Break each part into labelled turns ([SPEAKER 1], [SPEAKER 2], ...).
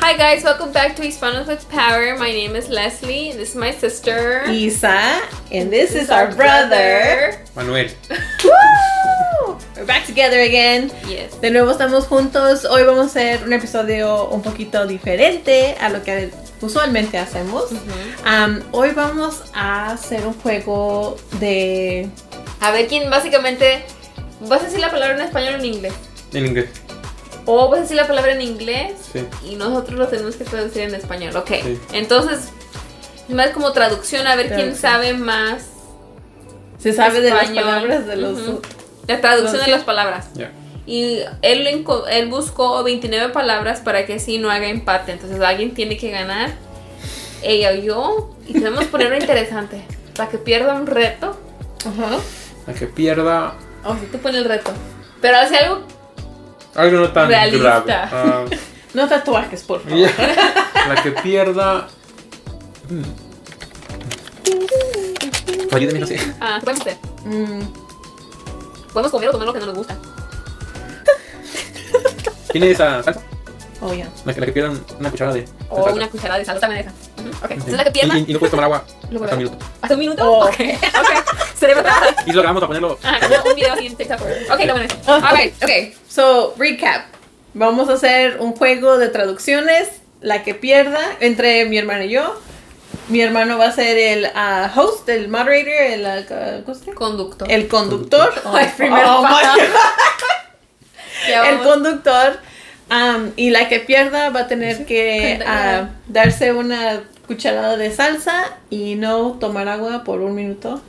[SPEAKER 1] Hi guys, welcome back to Hispanos with Power. My name is Leslie. This is my sister.
[SPEAKER 2] Isa, and this, is our brother.
[SPEAKER 3] Manuel.
[SPEAKER 2] Woo! We're back together again.
[SPEAKER 1] Yes.
[SPEAKER 2] De nuevo estamos juntos. Hoy vamos a hacer un episodio un poquito diferente a lo que usualmente hacemos.
[SPEAKER 1] Mm-hmm.
[SPEAKER 2] Am, hoy vamos a hacer un juego de
[SPEAKER 1] A ver quién básicamente vas a decir la palabra en español o en inglés.
[SPEAKER 3] En inglés.
[SPEAKER 1] O vas a decir la palabra en inglés
[SPEAKER 3] Sí.
[SPEAKER 1] y nosotros lo tenemos que traducir en español. Ok.
[SPEAKER 3] Sí.
[SPEAKER 1] Entonces, es más como traducción, a ver quién
[SPEAKER 2] Traducción.
[SPEAKER 1] sabe más.
[SPEAKER 2] se sabe de las
[SPEAKER 1] Español.
[SPEAKER 2] palabras de los
[SPEAKER 1] Ujú. La traducción de
[SPEAKER 2] Traducción.
[SPEAKER 1] las palabras.
[SPEAKER 3] Ya.
[SPEAKER 1] Y él, enco- él buscó 29 palabras para que así no haga empate. Entonces alguien tiene que ganar, ella o yo. Y tenemos que ponerlo interesante. Para que pierda un reto.
[SPEAKER 2] Ajá.
[SPEAKER 3] A que pierda
[SPEAKER 1] O si tú pones el reto. Pero hace algo.
[SPEAKER 3] algo no tan
[SPEAKER 1] Realista.
[SPEAKER 3] grave. Ah,
[SPEAKER 2] No tatuajes, por favor.
[SPEAKER 3] ya. La que pierda. Mm. Ayúdame, no sé.
[SPEAKER 1] Ah, podemos hacer.
[SPEAKER 2] Mm,
[SPEAKER 1] Podemos comer o tomar lo que no nos gusta.
[SPEAKER 3] ¿Quién es esa salsa?
[SPEAKER 2] oh, ya.
[SPEAKER 3] La que, la que pierda una cucharada de. de
[SPEAKER 1] O
[SPEAKER 3] salsa.
[SPEAKER 1] una cucharada de salsa me deja. Ujú, Ok.
[SPEAKER 3] Sí.
[SPEAKER 1] Entonces la que pierda.
[SPEAKER 3] Y, y- y no puedes tomar agua
[SPEAKER 1] Lo
[SPEAKER 3] hasta un
[SPEAKER 1] veo.
[SPEAKER 3] minuto.
[SPEAKER 1] ¿Hace un minuto?
[SPEAKER 2] Oh.
[SPEAKER 1] Ok. Ok. Se debe trabajar.
[SPEAKER 3] Y lo grabamos a ponerlo.
[SPEAKER 1] Ajá, como Ah, un video así en TikTok. Ok, lo pones. A ver.
[SPEAKER 2] ok. So, recap. Vamos a hacer un juego de traducciones. La que pierda entre mi hermano y yo. Mi hermano va a ser el ah, host, el moderator, el, ah, ¿cómo se llama?
[SPEAKER 1] Conducto.
[SPEAKER 2] el conductor.
[SPEAKER 1] Oh,
[SPEAKER 2] Ay, primero
[SPEAKER 1] oh,
[SPEAKER 2] pasa.
[SPEAKER 1] Ya
[SPEAKER 2] el
[SPEAKER 1] vamos.
[SPEAKER 2] conductor. am, y la que pierda va a tener que
[SPEAKER 1] Condenada.
[SPEAKER 2] ah, darse una cucharada de salsa y no tomar agua por un minuto.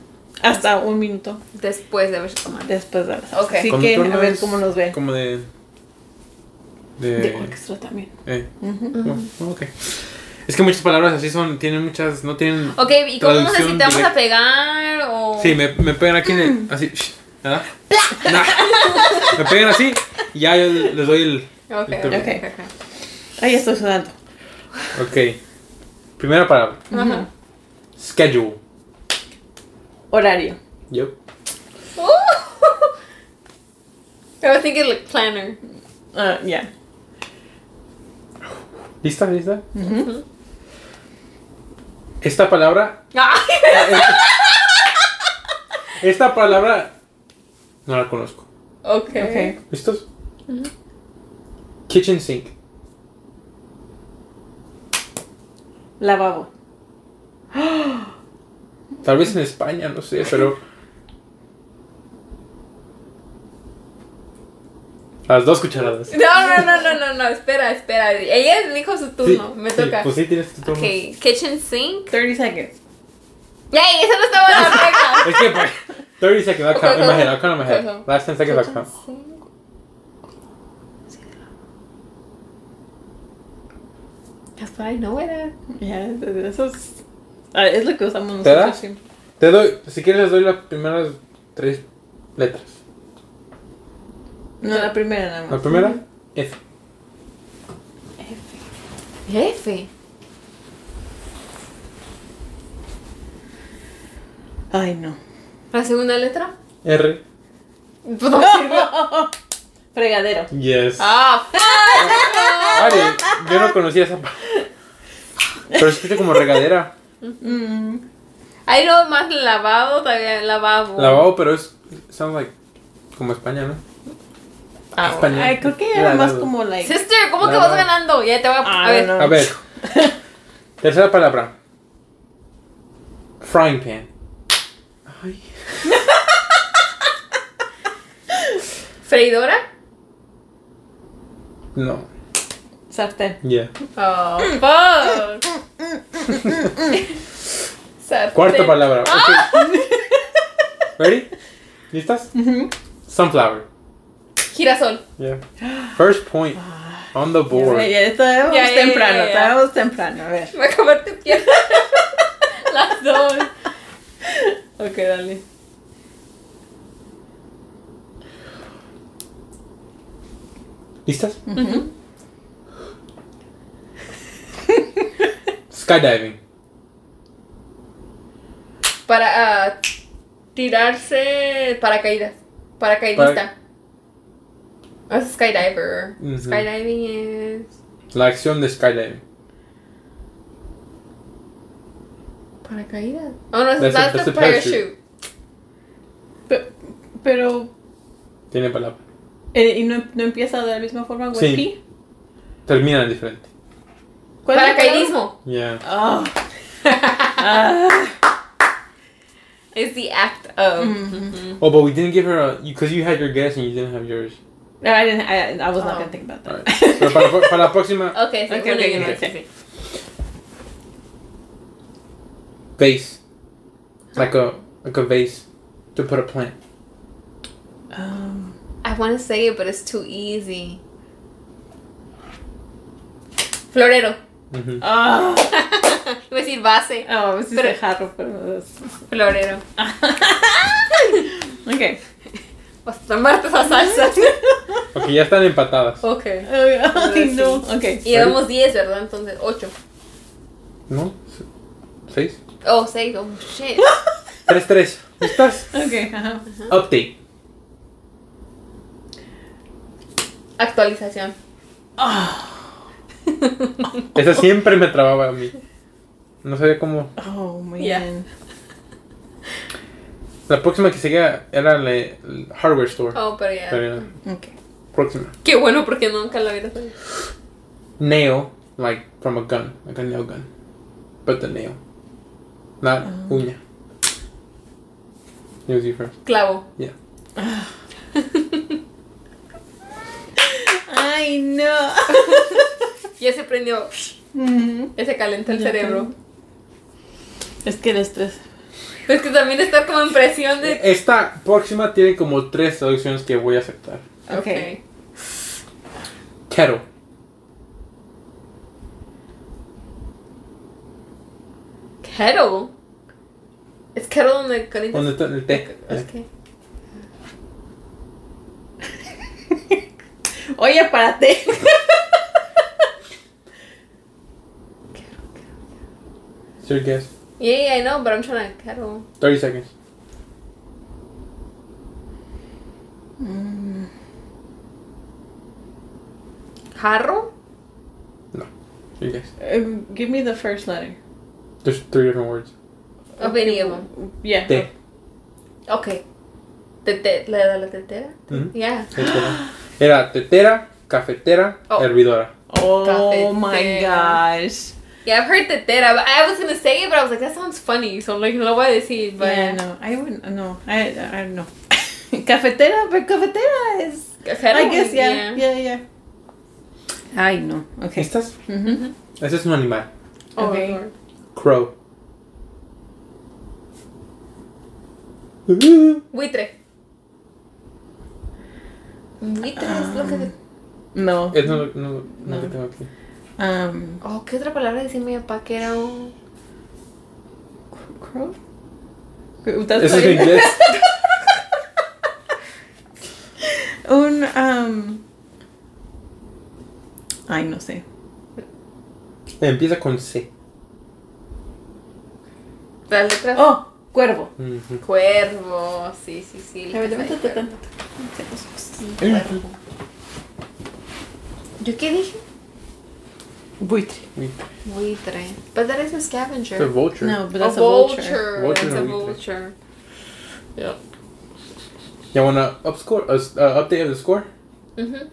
[SPEAKER 2] Hasta un minuto
[SPEAKER 1] Después de haberse tomado.
[SPEAKER 2] después de la salsa.
[SPEAKER 1] Ok.
[SPEAKER 2] Así que
[SPEAKER 3] Conductor
[SPEAKER 2] a
[SPEAKER 3] no
[SPEAKER 2] ver
[SPEAKER 3] es
[SPEAKER 2] cómo nos ve.
[SPEAKER 3] Como de. De.
[SPEAKER 2] De extra también.
[SPEAKER 3] eh,
[SPEAKER 2] Ujú.
[SPEAKER 3] oh, ok. Es que muchas palabras así son. Tienen muchas. No tienen.
[SPEAKER 1] Ok, ¿y cómo nos
[SPEAKER 3] Traducción
[SPEAKER 1] necesitamos a
[SPEAKER 3] directa.
[SPEAKER 1] pegar? O...
[SPEAKER 3] Sí, me, me pegan aquí en el, así, shh, ¿verdad? Nah. Me pegan así y ya yo les doy el...
[SPEAKER 1] Ok, ok,
[SPEAKER 3] Ok.
[SPEAKER 1] ok, ok.
[SPEAKER 2] Ay, estoy sudando.
[SPEAKER 3] Ok. Primera palabra.
[SPEAKER 1] Ajá.
[SPEAKER 3] Schedule.
[SPEAKER 2] Horario.
[SPEAKER 3] Yep.
[SPEAKER 1] I was thinking like planner.
[SPEAKER 2] Ah, ya.
[SPEAKER 3] ¿Lista? ¿Lista?
[SPEAKER 1] Ujú.
[SPEAKER 3] Esta palabra...
[SPEAKER 1] Ah,
[SPEAKER 3] Esta palabra... No la conozco.
[SPEAKER 1] okay.
[SPEAKER 2] Ok.
[SPEAKER 3] ¿Listos? Kitchen sink.
[SPEAKER 2] Lavabo.
[SPEAKER 3] Tal vez en España, no sé, pero... Las dos cucharadas.
[SPEAKER 1] No, no, no, no, no, no, espera, espera. Ella dijo su turno,
[SPEAKER 3] Sí,
[SPEAKER 1] me
[SPEAKER 3] sí,
[SPEAKER 1] toca.
[SPEAKER 3] pues sí, tienes tu turno.
[SPEAKER 1] ok, kitchen sink.
[SPEAKER 2] 30 seconds.
[SPEAKER 1] ¡Yay! Eso no estaba en la regla.
[SPEAKER 3] It's good, boy. 30 seconds. I'll count in my head. I'll count in my
[SPEAKER 1] Okay.
[SPEAKER 3] head. Last 10 seconds, I'll
[SPEAKER 1] Kitchen
[SPEAKER 3] count.
[SPEAKER 1] sink. That's what I know it as.
[SPEAKER 2] Ya, eso es. ah, es lo que usamos
[SPEAKER 3] ¿Te da?
[SPEAKER 2] nosotros siempre.
[SPEAKER 3] Te doy, si quieres, les doy las primeras tres letras.
[SPEAKER 2] No, la primera nada más.
[SPEAKER 3] La primera, F.
[SPEAKER 1] Jefe.
[SPEAKER 2] Ay, no.
[SPEAKER 1] La segunda letra.
[SPEAKER 3] R.
[SPEAKER 1] Pues no sirve.
[SPEAKER 2] Fregadero.
[SPEAKER 3] Yes.
[SPEAKER 1] Ah,
[SPEAKER 3] Vale, yo no conocía esa palabra. Pero se escucha como regadera.
[SPEAKER 2] Mm.
[SPEAKER 1] Ahí no más lavado, todavía lavabo.
[SPEAKER 3] Lavabo, pero es. Sounds like. Como España, ¿no?
[SPEAKER 1] Ah,
[SPEAKER 3] Español.
[SPEAKER 2] Ay, creo que era
[SPEAKER 3] La-
[SPEAKER 2] más
[SPEAKER 3] la-
[SPEAKER 2] como like.
[SPEAKER 1] Sister, ¿cómo que
[SPEAKER 3] Lavabo.
[SPEAKER 1] vas ganando? Ya te voy a.
[SPEAKER 2] Ah,
[SPEAKER 1] a ver.
[SPEAKER 2] no.
[SPEAKER 3] A ver. Tercera palabra. Frying pan. Ay.
[SPEAKER 1] ¿Freidora?
[SPEAKER 3] No.
[SPEAKER 2] Sartén.
[SPEAKER 3] Yeah.
[SPEAKER 1] Oh, fuck. Sartén.
[SPEAKER 3] Cuarta palabra. ok. Ready? ¿Listas? Sunflower.
[SPEAKER 1] Girasol.
[SPEAKER 3] Yeah. First point on the
[SPEAKER 2] Ya,
[SPEAKER 3] board.
[SPEAKER 2] ya, estábamos
[SPEAKER 1] Ya, ya, ya,
[SPEAKER 2] temprano,
[SPEAKER 1] ya.
[SPEAKER 2] estábamos temprano. A ver.
[SPEAKER 1] Va a acabar tu pierna. Las dos.
[SPEAKER 2] Ok, dale.
[SPEAKER 3] ¿Listas? Skydiving.
[SPEAKER 1] Para ah, tirarse paracaídas. Paracaidista.
[SPEAKER 3] Para-
[SPEAKER 1] Ah, skydiver.
[SPEAKER 3] Ujú.
[SPEAKER 1] Skydiving es.
[SPEAKER 3] La acción de skydiving.
[SPEAKER 1] Paracaídas. Oh, no, es
[SPEAKER 3] That's a-
[SPEAKER 1] that's
[SPEAKER 3] that's
[SPEAKER 1] the
[SPEAKER 3] a parachute.
[SPEAKER 1] parachute.
[SPEAKER 2] Pe- Pero.
[SPEAKER 3] Tiene palabra.
[SPEAKER 2] eh, ¿Y no, no empieza de la misma forma, güey?
[SPEAKER 3] Sí.
[SPEAKER 2] aquí?
[SPEAKER 3] Termina diferente.
[SPEAKER 2] ¿Cuál es la
[SPEAKER 1] Paracaidismo.
[SPEAKER 3] Yeah.
[SPEAKER 2] palabra? Ah. Ah.
[SPEAKER 1] It's the act of.
[SPEAKER 2] Mhm.
[SPEAKER 1] Mhm.
[SPEAKER 3] Oh, but we didn't give her a because you had your guess and you didn't have yours.
[SPEAKER 2] No, I didn't. I, I was not
[SPEAKER 1] Oh.
[SPEAKER 2] gonna think about that.
[SPEAKER 3] Alright. Pero para, para la próxima,
[SPEAKER 1] Okay, sí,
[SPEAKER 2] Ok,
[SPEAKER 1] bueno,
[SPEAKER 2] ok,
[SPEAKER 1] yo no
[SPEAKER 2] ok,
[SPEAKER 1] sé,
[SPEAKER 2] ok.
[SPEAKER 1] sí.
[SPEAKER 3] vase, like a like a vase to put a plant.
[SPEAKER 2] Um,
[SPEAKER 1] I want to say it, but it's too easy. Florero.
[SPEAKER 3] Mm-hmm.
[SPEAKER 2] ah.
[SPEAKER 1] Iba a decir base.
[SPEAKER 2] Oh, this is
[SPEAKER 1] Pero-
[SPEAKER 2] a jarro, pero no es-
[SPEAKER 1] Florero.
[SPEAKER 2] Okay.
[SPEAKER 1] Vas a tomarte esa salsa.
[SPEAKER 3] Okay, ya están empatadas.
[SPEAKER 1] ok.
[SPEAKER 2] Ay, no. Oh, Okay.
[SPEAKER 1] Y llevamos 10, ¿verdad? Entonces, 8.
[SPEAKER 3] No, seis,
[SPEAKER 1] Oh, 6. Oh, shit.
[SPEAKER 3] tres, tres. ¿Listas?
[SPEAKER 2] Okay. uh-huh. ajá.
[SPEAKER 3] Update.
[SPEAKER 1] Actualización.
[SPEAKER 2] Ah.
[SPEAKER 3] Esa siempre me trababa a mí. No sabía cómo.
[SPEAKER 2] Oh man.
[SPEAKER 1] Yeah.
[SPEAKER 3] La próxima que seguía era la, el hardware store.
[SPEAKER 1] Oh, pero ya.
[SPEAKER 3] Pero era
[SPEAKER 2] Okay.
[SPEAKER 3] próxima.
[SPEAKER 1] Qué bueno porque nunca lo hubiera sabido.
[SPEAKER 3] Nail, like from a gun, like a nail gun, but the nail, not
[SPEAKER 1] Ah.
[SPEAKER 3] uña. It was you first.
[SPEAKER 1] Clavo.
[SPEAKER 3] Yeah.
[SPEAKER 2] Ay no.
[SPEAKER 1] Ya se prendió.
[SPEAKER 2] Mhm.
[SPEAKER 1] Ya se calentó el
[SPEAKER 2] Ya
[SPEAKER 1] cerebro.
[SPEAKER 2] Es que el estrés.
[SPEAKER 1] Es Pues que también está como en presión de.
[SPEAKER 3] Esta próxima tiene como tres traducciones que voy a aceptar.
[SPEAKER 2] Okay.
[SPEAKER 3] Kettle.
[SPEAKER 1] Kettle. Es kettle donde calientas.
[SPEAKER 3] ¿Dónde está el té?
[SPEAKER 1] Ok.
[SPEAKER 2] Oye, párate.
[SPEAKER 3] It's your guess.
[SPEAKER 1] Yeah, yeah, I know, but I'm trying to kettle.
[SPEAKER 3] 30 seconds.
[SPEAKER 2] Mm.
[SPEAKER 1] Jarro.
[SPEAKER 3] Your guess.
[SPEAKER 2] Um, give me the first letter.
[SPEAKER 3] There's three different words.
[SPEAKER 1] Of any of them.
[SPEAKER 2] Yeah.
[SPEAKER 3] Té.
[SPEAKER 1] Okay. Tete, la de la tetera.
[SPEAKER 3] Mhm.
[SPEAKER 1] Yeah.
[SPEAKER 3] Tetera. Era tetera, cafetera,
[SPEAKER 1] Oh.
[SPEAKER 3] hervidora.
[SPEAKER 2] Oh
[SPEAKER 1] Cafetera.
[SPEAKER 2] my gosh.
[SPEAKER 1] Yeah, I've heard tetera. But I was gonna say it, but I was like, that sounds funny, so like, no voy a decir. But
[SPEAKER 2] yeah, no, I wouldn't. uh, No, I, I don't know. cafetera, but cafetera is.
[SPEAKER 1] Kettle,
[SPEAKER 2] I guess, yeah, yeah, yeah. I know. Okay.
[SPEAKER 3] ¿Estás?
[SPEAKER 2] Mm-hmm.
[SPEAKER 3] Ese es un animal.
[SPEAKER 1] Oh,
[SPEAKER 2] Okay.
[SPEAKER 1] Lord.
[SPEAKER 3] Crow.
[SPEAKER 1] Buitre. Buitre es lo que.
[SPEAKER 2] No.
[SPEAKER 3] Es no, no, no lo
[SPEAKER 2] No.
[SPEAKER 3] tengo aquí.
[SPEAKER 2] Um.
[SPEAKER 1] Oh, ¿qué otra palabra decía mi papá que era un.
[SPEAKER 2] Crow. That's
[SPEAKER 3] Ese es en inglés.
[SPEAKER 2] Un um. Ay, no sé.
[SPEAKER 3] Empieza con C.
[SPEAKER 1] Las letras.
[SPEAKER 2] Oh, cuervo.
[SPEAKER 3] Ujú.
[SPEAKER 1] Cuervo. Sí, sí, sí.
[SPEAKER 2] A ver, levántate
[SPEAKER 1] cuervo.
[SPEAKER 2] tanto.
[SPEAKER 1] Sí, cuervo. ¿Yo qué dije?
[SPEAKER 2] Buitre.
[SPEAKER 1] Buitre. But that is a scavenger.
[SPEAKER 3] It's a vulture.
[SPEAKER 2] No, but
[SPEAKER 1] a
[SPEAKER 2] that's a vulture.
[SPEAKER 1] vulture.
[SPEAKER 3] Vulture
[SPEAKER 1] That's a
[SPEAKER 3] and a buitre.
[SPEAKER 1] vulture. Yeah.
[SPEAKER 3] Ya, bueno, up score, uh, s- uh, update of the score.
[SPEAKER 1] Mhm.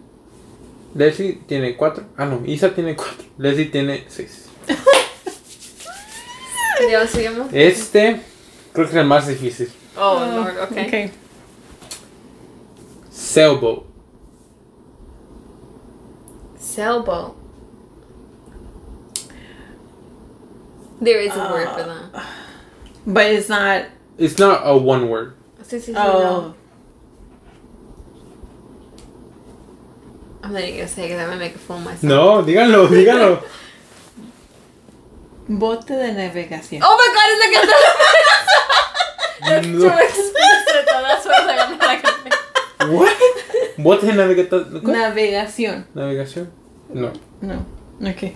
[SPEAKER 3] Leslie tiene 4. Ah, no, Isa tiene 4. Leslie tiene 6.
[SPEAKER 1] Ya sigamos.
[SPEAKER 3] Eh. Este creo que es el más difícil.
[SPEAKER 1] Oh, Lord, okay.
[SPEAKER 2] Okay.
[SPEAKER 3] Sailboat.
[SPEAKER 1] Sailboat. There is a word for
[SPEAKER 2] Uh,
[SPEAKER 1] that.
[SPEAKER 2] But it's not.
[SPEAKER 3] It's not a one word.
[SPEAKER 1] Sí, sí, sí,
[SPEAKER 2] Oh.
[SPEAKER 1] no. I'm not even gonna say because I'm gonna make a fool of myself.
[SPEAKER 3] No, díganlo, díganlo.
[SPEAKER 2] Bote de navegación.
[SPEAKER 1] Oh my god, it's like a That's
[SPEAKER 3] No.
[SPEAKER 1] too explicit. though. That's what I was like, I'm not gonna make
[SPEAKER 3] What? Bote de navegación.
[SPEAKER 2] Navegación.
[SPEAKER 3] Navegación. No,
[SPEAKER 2] No. Okay.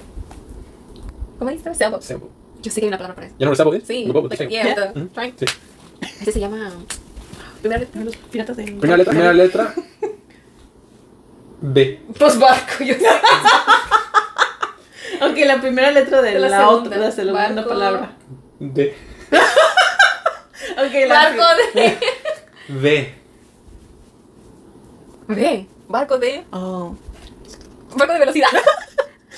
[SPEAKER 1] ¿Cómo dice? Sailboat.
[SPEAKER 3] sailboat.
[SPEAKER 1] Yo sé que hay una palabra para eso.
[SPEAKER 3] ¿Ya no lo sailboat es?
[SPEAKER 1] Sí.
[SPEAKER 3] No, boat,
[SPEAKER 1] like,
[SPEAKER 3] sailboat. Mm-hmm.
[SPEAKER 1] yeah, the-
[SPEAKER 3] Ujú.
[SPEAKER 1] trying-
[SPEAKER 3] ¿Mm? Sí.
[SPEAKER 1] Ese se llama. Primera letra.
[SPEAKER 2] Los piratas de.
[SPEAKER 3] Primera letra, primera letra. B.
[SPEAKER 1] Pues barco, yo sé.
[SPEAKER 2] Ok, la primera letra de,
[SPEAKER 1] De
[SPEAKER 2] la,
[SPEAKER 1] la
[SPEAKER 2] otra,
[SPEAKER 1] segunda.
[SPEAKER 2] la segunda
[SPEAKER 1] Barco.
[SPEAKER 2] palabra.
[SPEAKER 3] D.
[SPEAKER 2] Ok, la
[SPEAKER 1] Barco de.
[SPEAKER 3] B.
[SPEAKER 4] Ve, barco de.
[SPEAKER 2] Oh.
[SPEAKER 4] Barco de velocidad.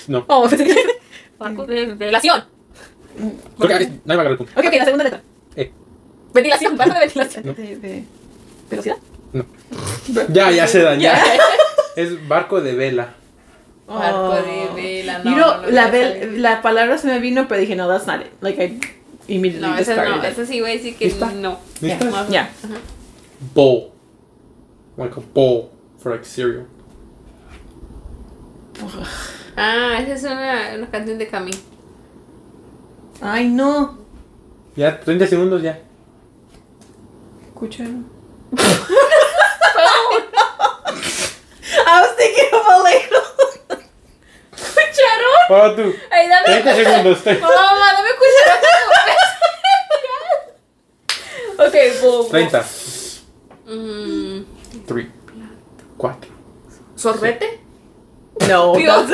[SPEAKER 3] No.
[SPEAKER 4] Oh, pensé que- Barco de ventilación.
[SPEAKER 3] Creo que nadie va a agarrar el punto.
[SPEAKER 4] Ok, ok, la segunda letra.
[SPEAKER 3] E.
[SPEAKER 4] Ventilación, barco de ventilación.
[SPEAKER 3] No.
[SPEAKER 2] De, de-
[SPEAKER 4] ¿Velocidad?
[SPEAKER 3] Ya, ya se dañó.
[SPEAKER 4] Ya.
[SPEAKER 3] Es barco de vela.
[SPEAKER 1] Barco de
[SPEAKER 2] Oh.
[SPEAKER 1] vela.
[SPEAKER 2] You
[SPEAKER 1] No,
[SPEAKER 2] know,
[SPEAKER 1] no,
[SPEAKER 2] la,
[SPEAKER 1] no,
[SPEAKER 2] vel-
[SPEAKER 1] no.
[SPEAKER 2] la palabra se me vino, pero dije, no, that's not it. Like, I immediately
[SPEAKER 1] No, esa
[SPEAKER 2] discarded
[SPEAKER 1] no,
[SPEAKER 2] it.
[SPEAKER 1] esa sí voy a decir que
[SPEAKER 3] ¿Lista?
[SPEAKER 1] no.
[SPEAKER 3] ¿Listas?
[SPEAKER 1] Más-
[SPEAKER 2] Yeah.
[SPEAKER 1] Ajá.
[SPEAKER 3] Bowl. Like a bowl for like cereal.
[SPEAKER 1] Ah, esa es una, una canción de Camille.
[SPEAKER 2] Ay, no.
[SPEAKER 3] Ya, 30 segundos ya.
[SPEAKER 2] Cuchara. I was thinking of a ladle.
[SPEAKER 1] ¡Cucharón!
[SPEAKER 3] Ahora tú.
[SPEAKER 1] ¡Ay, dame!
[SPEAKER 3] 30 segundos.
[SPEAKER 1] No, mamá, dame cucharón.
[SPEAKER 2] ok, bobo.
[SPEAKER 3] 30.
[SPEAKER 1] Mm,
[SPEAKER 3] 3. 4.
[SPEAKER 1] ¿Sorbete?
[SPEAKER 2] No.
[SPEAKER 1] Dios.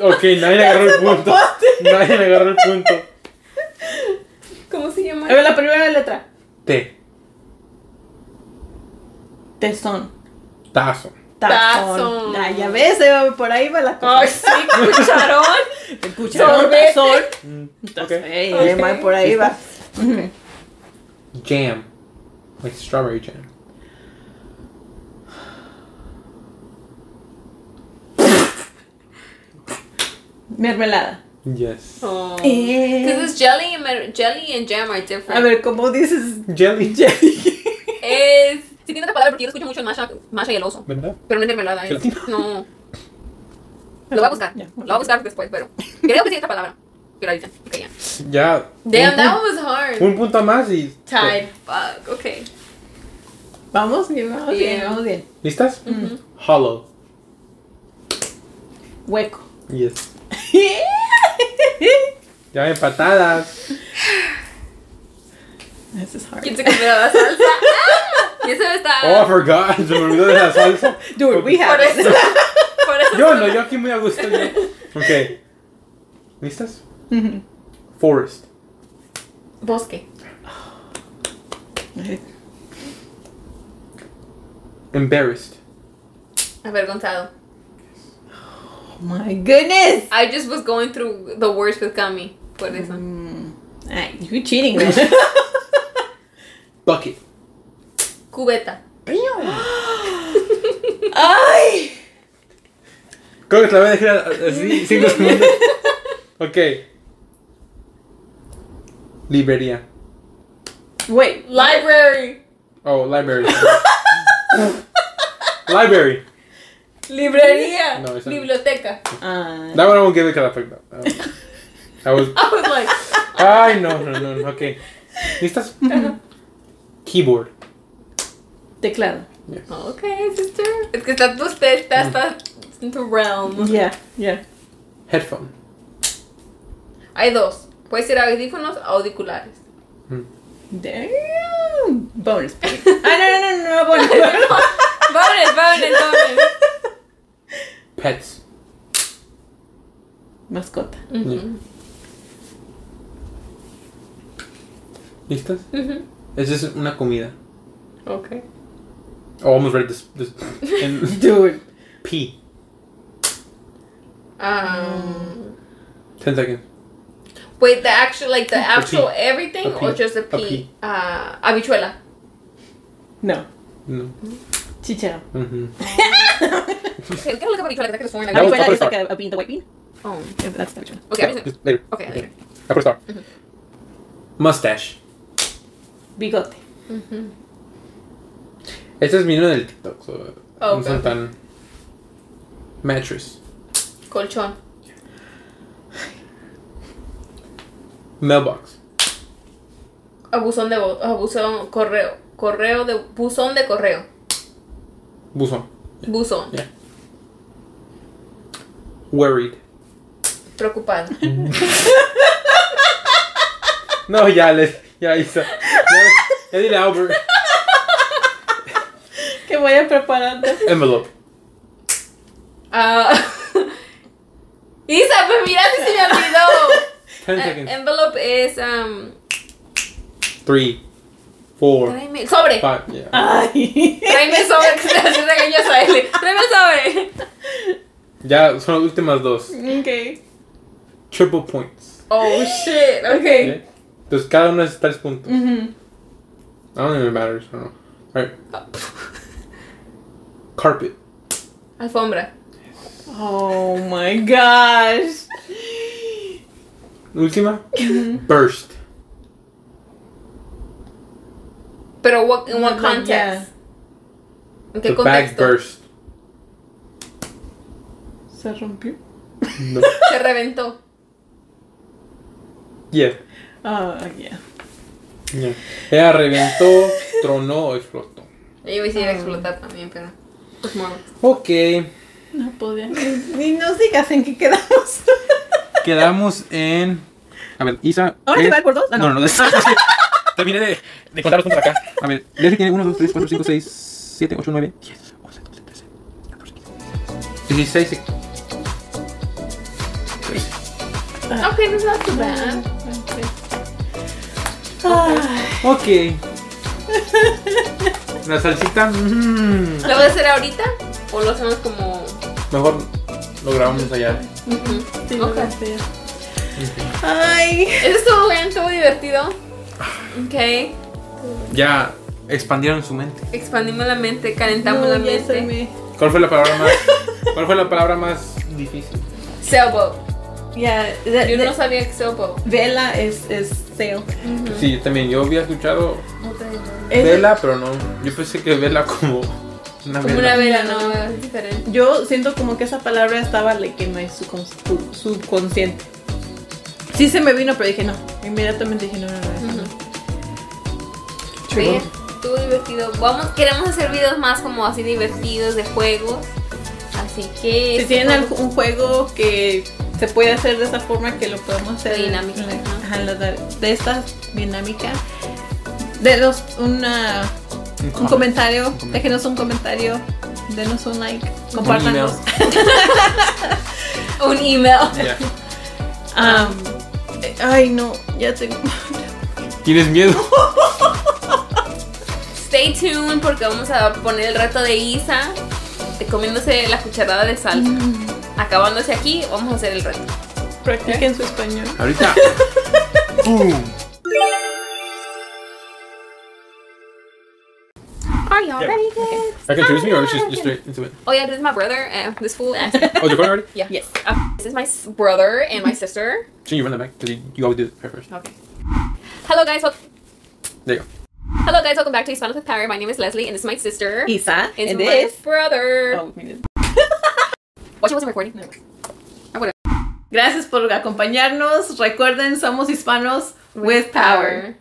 [SPEAKER 3] Ok, nadie agarró el punto. Nadie agarró el punto.
[SPEAKER 1] ¿Cómo se llama?
[SPEAKER 2] A ver, la primera letra.
[SPEAKER 3] T.
[SPEAKER 2] Tesón.
[SPEAKER 3] Tazo.
[SPEAKER 2] Tazón.
[SPEAKER 1] Tazón.
[SPEAKER 2] Ah, ya ves, eh, por ahí va la cosa.
[SPEAKER 1] Ay, sí, cucharón.
[SPEAKER 2] El cucharón,
[SPEAKER 1] sorbete.
[SPEAKER 2] tazón.
[SPEAKER 3] Mm,
[SPEAKER 2] Entonces,
[SPEAKER 3] Ok.
[SPEAKER 2] ey,
[SPEAKER 1] Ok.
[SPEAKER 2] eh, man, por ahí va.
[SPEAKER 3] Jam. Like strawberry jam.
[SPEAKER 2] Mermelada.
[SPEAKER 3] Yes.
[SPEAKER 1] Oh.
[SPEAKER 2] Eh.
[SPEAKER 1] Because it's jelly and mer- jelly and jam are different.
[SPEAKER 2] A ver, ¿cómo dices?
[SPEAKER 3] Jelly. Jelly.
[SPEAKER 1] Es
[SPEAKER 4] Sí, tiene otra palabra porque yo lo escucho mucho en Masha, Masha y el oso.
[SPEAKER 3] ¿Verdad?
[SPEAKER 4] Pero no es mermelada. es-
[SPEAKER 3] Gelatina.
[SPEAKER 4] No. Lo voy a buscar.
[SPEAKER 2] Ya.
[SPEAKER 4] Lo voy a buscar después, pero. Creo que tiene otra palabra. Pero ahorita. Ok, ya.
[SPEAKER 3] Ya.
[SPEAKER 1] Damn,
[SPEAKER 3] un,
[SPEAKER 1] that
[SPEAKER 3] pun-
[SPEAKER 1] one was hard.
[SPEAKER 3] un punto más y.
[SPEAKER 1] Tied. Fuck, okay.
[SPEAKER 2] Vamos bien, vamos bien,
[SPEAKER 1] Bien.
[SPEAKER 2] vamos bien.
[SPEAKER 3] ¿Listas?
[SPEAKER 1] Mm.
[SPEAKER 2] Mm.
[SPEAKER 3] Hollow.
[SPEAKER 2] Hueco.
[SPEAKER 3] Yes. Ya empatadas.
[SPEAKER 2] This is hard.
[SPEAKER 1] ¿Quién se comió la salsa? ¡Ah! Y eso
[SPEAKER 3] Oh, I
[SPEAKER 1] está.
[SPEAKER 3] forgot. Se me olvidó de la salsa.
[SPEAKER 2] Dude, we have
[SPEAKER 1] Por
[SPEAKER 2] it.
[SPEAKER 1] eso. Por eso.
[SPEAKER 3] Yo no, yo aquí muy a gusto. yo. Ok. ¿Listas?
[SPEAKER 2] Ujú.
[SPEAKER 3] Forest.
[SPEAKER 1] Bosque.
[SPEAKER 3] Embarrassed.
[SPEAKER 1] Avergonzado.
[SPEAKER 2] Oh my goodness.
[SPEAKER 1] I just was going through the words with Cami. Por eso.
[SPEAKER 2] Mm. Ay, you cheating. man.
[SPEAKER 3] Bucket.
[SPEAKER 1] Cubeta.
[SPEAKER 2] Ay.
[SPEAKER 3] Creo que te la voy a dejar así 5 segundos. Ok. Librería.
[SPEAKER 2] Wait.
[SPEAKER 1] Library.
[SPEAKER 3] Oh, library. library.
[SPEAKER 1] Librería.
[SPEAKER 3] No, esa no.
[SPEAKER 1] Biblioteca.
[SPEAKER 2] Uh,
[SPEAKER 3] That one I won't give it because I fucked up. Um, I was.
[SPEAKER 1] I was like,
[SPEAKER 3] Ay, no, no, no, no. Ok. ¿Listas? Keyboard.
[SPEAKER 2] teclado.
[SPEAKER 3] Yes.
[SPEAKER 1] okay, sister. Es que está usted, está,
[SPEAKER 3] Mm.
[SPEAKER 1] está in the realm.
[SPEAKER 2] Yeah, yeah.
[SPEAKER 3] Headphone.
[SPEAKER 1] Hay dos. Puede ser audífonos o auriculares.
[SPEAKER 2] Damn. Bonus. point. ah, no, no, no, no, bonus.
[SPEAKER 1] Vámonos, vámonos, vámonos.
[SPEAKER 3] Pets.
[SPEAKER 2] Mascota.
[SPEAKER 1] Ujú.
[SPEAKER 3] ¿Listas?
[SPEAKER 1] Ujú.
[SPEAKER 3] Esa es una comida.
[SPEAKER 1] Okay.
[SPEAKER 3] Oh, almost read this. this in
[SPEAKER 2] Dude.
[SPEAKER 3] P.
[SPEAKER 4] Mm.
[SPEAKER 1] Um,
[SPEAKER 3] 10 seconds.
[SPEAKER 1] wait, the actual, like the actual
[SPEAKER 3] pea.
[SPEAKER 1] everything,
[SPEAKER 3] A
[SPEAKER 1] or
[SPEAKER 3] pea.
[SPEAKER 1] just the
[SPEAKER 3] A
[SPEAKER 1] pea?
[SPEAKER 3] pea.
[SPEAKER 1] Uh, habichuela.
[SPEAKER 2] No.
[SPEAKER 3] No.
[SPEAKER 2] Chichero.
[SPEAKER 3] Mhm. Pues
[SPEAKER 4] Okay, ¿Qué es lo que me ha dicho la verdad que es muy
[SPEAKER 3] That was
[SPEAKER 2] Habichuela
[SPEAKER 3] upper
[SPEAKER 2] is like
[SPEAKER 3] star.
[SPEAKER 2] a, a bean, the white bean.
[SPEAKER 4] Oh.
[SPEAKER 2] Yeah, that's the habichuela.
[SPEAKER 3] Ah,
[SPEAKER 4] Okay, I'm just-
[SPEAKER 3] Just later.
[SPEAKER 4] okay, later.
[SPEAKER 3] Upper star. Mustache.
[SPEAKER 2] Bigote.
[SPEAKER 1] Mm-hmm.
[SPEAKER 3] Este es vino del TikTok. So
[SPEAKER 1] Oh,
[SPEAKER 3] no son
[SPEAKER 1] okay.
[SPEAKER 3] tan. Mattress.
[SPEAKER 1] Colchón.
[SPEAKER 3] Mailbox.
[SPEAKER 1] Abusón de bo- abusón correo. Correo de buzón de correo.
[SPEAKER 3] Buzón.
[SPEAKER 1] Buzón.
[SPEAKER 3] Yeah. Worried.
[SPEAKER 1] Preocupado.
[SPEAKER 3] No, ya les. Ya hizo. Ya, ya dile a Albert.
[SPEAKER 2] Que vaya preparando.
[SPEAKER 3] Envelope.
[SPEAKER 1] Ah, Isa, pues mira si se me olvidó.
[SPEAKER 3] 10
[SPEAKER 1] Eh,
[SPEAKER 3] seconds.
[SPEAKER 1] envelope es. Um,
[SPEAKER 3] 3, 4,
[SPEAKER 1] tráeme- sobre.
[SPEAKER 3] 5. Yeah.
[SPEAKER 2] Ay.
[SPEAKER 1] Tráeme sobre. Que se hace regañoso a él. Tráeme sobre.
[SPEAKER 3] Ya son las últimas dos.
[SPEAKER 2] Ok.
[SPEAKER 3] Triple points.
[SPEAKER 1] Oh shit.
[SPEAKER 2] Ok.
[SPEAKER 3] ¿ok? Entonces cada uno es 3 puntos.
[SPEAKER 1] Mm.
[SPEAKER 2] Ujú.
[SPEAKER 3] I don't even matter. I don't know. Alright. Carpet.
[SPEAKER 1] Alfombra.
[SPEAKER 2] Oh my gosh.
[SPEAKER 3] Última. Burst.
[SPEAKER 1] Pero what, in what
[SPEAKER 2] Like,
[SPEAKER 1] context?
[SPEAKER 2] yeah.
[SPEAKER 1] ¿En qué
[SPEAKER 3] The bag
[SPEAKER 1] contexto?
[SPEAKER 3] burst.
[SPEAKER 2] Se rompió.
[SPEAKER 3] No.
[SPEAKER 1] Se reventó.
[SPEAKER 3] Yeah.
[SPEAKER 2] Ah, yeah.
[SPEAKER 3] Yeah. Ella reventó, tronó o explotó.
[SPEAKER 1] Yo iba a decir explotar también, pero. Pues modo.
[SPEAKER 3] Ok.
[SPEAKER 2] No podía. Ni nos digas en qué quedamos.
[SPEAKER 3] Quedamos en. A ver, Isa.
[SPEAKER 2] ¿Ahora te va el por dos? Ah, no.
[SPEAKER 3] No, no, no. Terminé de, de contar los puntos acá. A ver, Leslie tiene 1, 2, 3, 4, 5, 6, 7, 8, 9, 10, 11, 12, 13, 14, 15. 16. sí.
[SPEAKER 1] Ok, that's not too bad.
[SPEAKER 2] Ay.
[SPEAKER 3] Ok. La salsita. mm,
[SPEAKER 1] ¿Lo voy a hacer ahorita? ¿O lo hacemos como.?
[SPEAKER 3] Mejor lo grabamos allá.
[SPEAKER 1] Ujú.
[SPEAKER 2] Sí,
[SPEAKER 1] Ok.
[SPEAKER 2] lo sé. Ay.
[SPEAKER 1] Eso estuvo bien, estuvo divertido. Ok.
[SPEAKER 3] Ya expandieron su mente.
[SPEAKER 1] Expandimos la mente, calentamos la
[SPEAKER 2] No, ya se
[SPEAKER 1] mente.
[SPEAKER 2] me-
[SPEAKER 3] ¿Cuál fue la palabra más? ¿Cuál fue la palabra más difícil?
[SPEAKER 1] Sailboat.
[SPEAKER 2] Ya, de-
[SPEAKER 1] Yo
[SPEAKER 2] de-
[SPEAKER 1] no sabía que sailboat.
[SPEAKER 2] Vela es, es sale.
[SPEAKER 3] Sí, yo también. Yo había escuchado
[SPEAKER 2] Es-
[SPEAKER 3] vela, pero no. Yo pensé que vela como una
[SPEAKER 1] Como
[SPEAKER 3] vela.
[SPEAKER 1] una vela, no, es diferente.
[SPEAKER 2] Yo siento como que esa palabra estaba like, en mi subcon- sub- subconsciente. Sí se me vino, pero dije no. Inmediatamente dije no, no, no. esa no.
[SPEAKER 1] Sí, estuvo divertido. Vamos, queremos hacer videos más como así divertidos de juegos. Así que. este
[SPEAKER 2] Si tienen algo- un juego que se puede hacer de esa forma, que lo podemos hacer.
[SPEAKER 1] La dinámica,
[SPEAKER 2] en-
[SPEAKER 1] ajá.
[SPEAKER 2] ajá, en la- de esta dinámica. Denos una, un comentario.
[SPEAKER 3] comentario.
[SPEAKER 2] Déjenos un comentario. Denos un like. Compártanos.
[SPEAKER 1] Un email.
[SPEAKER 3] Ya.
[SPEAKER 2] Ah, eh, ay, no. Ya tengo.
[SPEAKER 3] ¿Tienes miedo?
[SPEAKER 1] Stay tuned porque vamos a poner el reto de Isa de comiéndose la cucharada de salsa.
[SPEAKER 2] Mm.
[SPEAKER 1] Acabándose aquí, vamos a hacer el reto.
[SPEAKER 2] Practiquen su español.
[SPEAKER 3] Ahorita. ¡Pum!
[SPEAKER 1] Are y'all
[SPEAKER 3] Yep.
[SPEAKER 1] ready, kids?
[SPEAKER 3] I can choose me or just, just straight into it?
[SPEAKER 1] Oh yeah, this is my brother. Uh, this fool. ass.
[SPEAKER 3] Oh, you're going already?
[SPEAKER 1] yeah.
[SPEAKER 2] Yes.
[SPEAKER 1] Uh, this is my s- brother and my sister.
[SPEAKER 3] So you run it back because you, you always do it first.
[SPEAKER 1] Okay. Hello guys. Wel-
[SPEAKER 3] There you go.
[SPEAKER 1] Hello guys. Welcome back to Hispanic with Power. My name is Leslie, and this is my sister.
[SPEAKER 2] Isa.
[SPEAKER 1] It's
[SPEAKER 2] And
[SPEAKER 1] my
[SPEAKER 2] this.
[SPEAKER 1] brother.
[SPEAKER 2] Oh, miren.
[SPEAKER 1] What she wasn't recording. No.
[SPEAKER 2] Gracias por acompañarnos. Recuerden, somos hispanos with power.